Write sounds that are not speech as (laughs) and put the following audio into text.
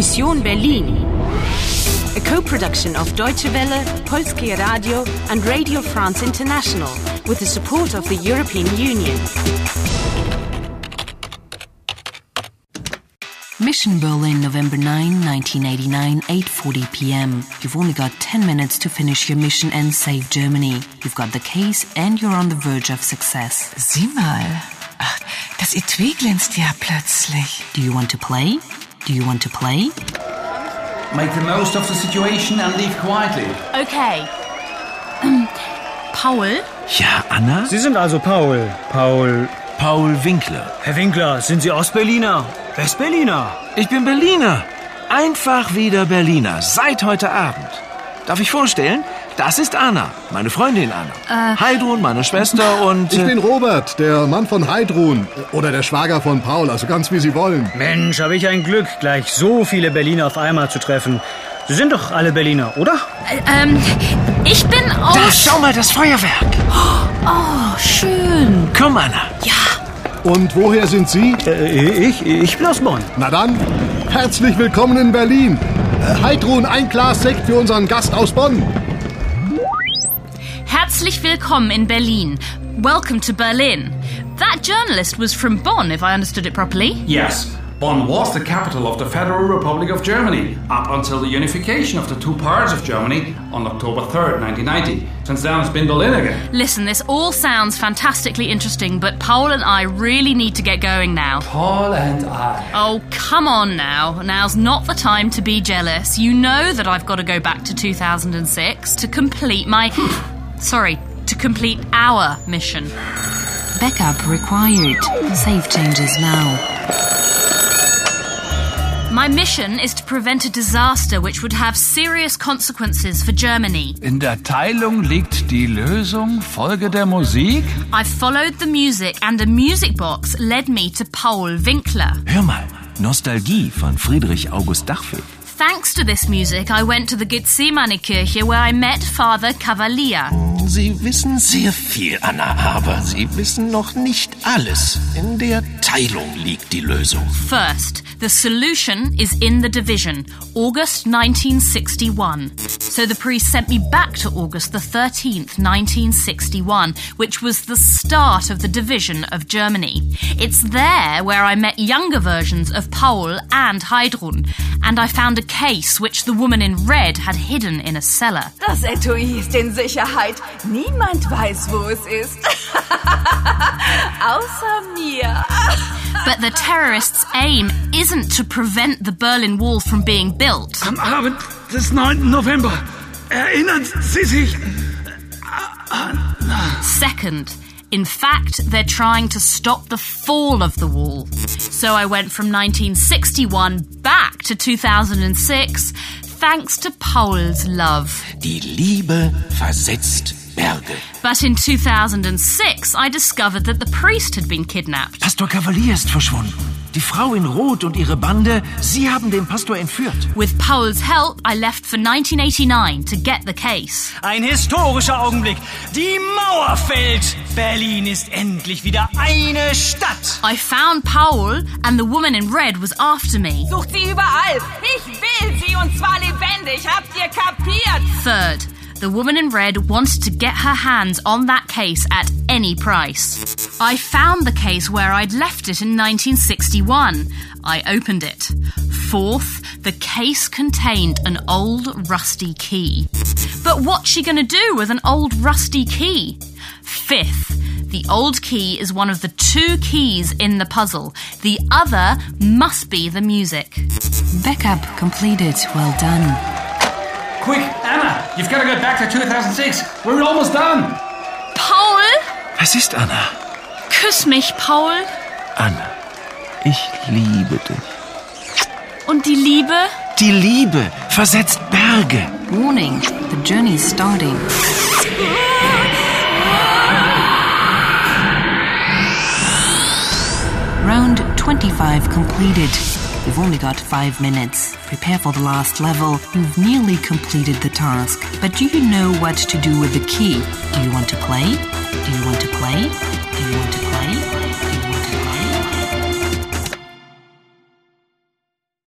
Mission Berlin. A co-production of Deutsche Welle, Polskie Radio and Radio France International with the support of the European Union. Mission Berlin, November 9, 1989, 8:40 p.m. You've only got 10 minutes to finish your mission and save Germany. You've got the case and you're on the verge of success. Sieh mal. Ach, das Etui glänzt ja plötzlich. Do you want to play? Do you want to play? Make the most of the situation and leave quietly. Okay. Ähm, Paul? Ja, Anna? Sie sind also Paul. Paul. Paul Winkler. Herr Winkler, sind Sie Ostberliner? Westberliner? Ich bin Berliner. Einfach wieder Berliner. Seit heute Abend. Darf ich vorstellen? Das ist Anna, meine Freundin Äh. Anna. Heidrun, meine (laughs) Schwester und... Ich äh, bin Robert, der Mann von Heidrun. Oder der Schwager von Paul, also ganz wie Sie wollen. Mensch, habe ich ein Glück, gleich so viele Berliner auf einmal zu treffen. Sie sind doch alle Berliner, oder? Ä- Ähm, ich bin da, aus. schau mal, das Feuerwerk. Oh, schön. Komm, Anna. Und woher sind Sie? Äh, ich, ich bin aus Bonn. Na dann, herzlich willkommen in Berlin. Äh, Heidrun, ein Glas Sekt für unseren Gast aus Bonn. Herzlich willkommen in Berlin. Welcome to Berlin. That journalist was from Bonn, if I understood it properly. Yes, Bonn was the capital of the Federal Republic of Germany up until the unification of the two parts of Germany on October 3rd, 1990. Since then, it's been Berlin again. Listen, this all sounds fantastically interesting, but Paul and I really need to get going now. Paul and I. Oh, come on now. Now's not the time to be jealous. You know that I've got to go back to 2006 to complete my. (sighs) sorry, to complete our mission. Backup required. Save changes now. My mission is to prevent a disaster which would have serious consequences for Germany. In der Teilung liegt die Lösung. Folge der Musik. I followed the music, and a music box led me to Paul Winkler. Hör mal. Nostalgie von Friedrich August Dachfeld. Thanks to this music, I went to the Gethsemane Kirche where I met Father Cavalier. Sie wissen sehr viel, Anna, aber Sie wissen noch nicht alles. In der Teilung liegt die Lösung. First, the solution is in the division, August 1961. So the priest sent me back to August the 13th, 1961, which was the start of the division of Germany. It's there where I met younger versions of Paul and Heidrun, and I found a case which the woman in red had hidden in a cellar. Das Etui ist in Sicherheit. Niemand weiß, wo es ist. (laughs) Außer mir. But the terrorists' aim isn't to prevent the Berlin Wall from being built. Am Abend des 9. November. Erinnern Sie sich? Second, in fact, they're trying to stop the fall of the wall. So I went from 1961 back to 2006 thanks to Paul's love. Die Liebe versetzt Berge. But in 2006, I discovered that the priest had been kidnapped. Pastor Cavalier ist verschwunden. Die Frau in Rot und ihre Bande, sie haben den Pastor entführt. With Paul's help, I left for 1989 to get the case. Ein historischer Augenblick. Die Mauer fällt. Berlin ist endlich wieder eine Stadt. I found Paul, and the woman in red was after me. Sucht sie überall. Ich will sie und zwar lebendig. Habt ihr kapiert? Third, the woman in red wanted to get her hands on that case at any price. I found the case where I'd left it in 1961. I opened it. Fourth, the case contained an old rusty key. But what's she going to do with an old rusty key? Fifth, the old key is one of the two keys in the puzzle. The other must be the music. Backup completed. Well done. Quick, Anna, you've got to get back to 2006. We're almost done. Paul? Was ist, Anna? Küss mich, Paul. Anna, ich liebe dich. Und die Liebe? Die Liebe versetzt Berge. Warning. The journey is starting. Round 25 completed. You've only got five minutes. Prepare for the last level. You've nearly completed the task. But do you know what to do with the key? Do you want to play? Do you want to play? Do you want to play?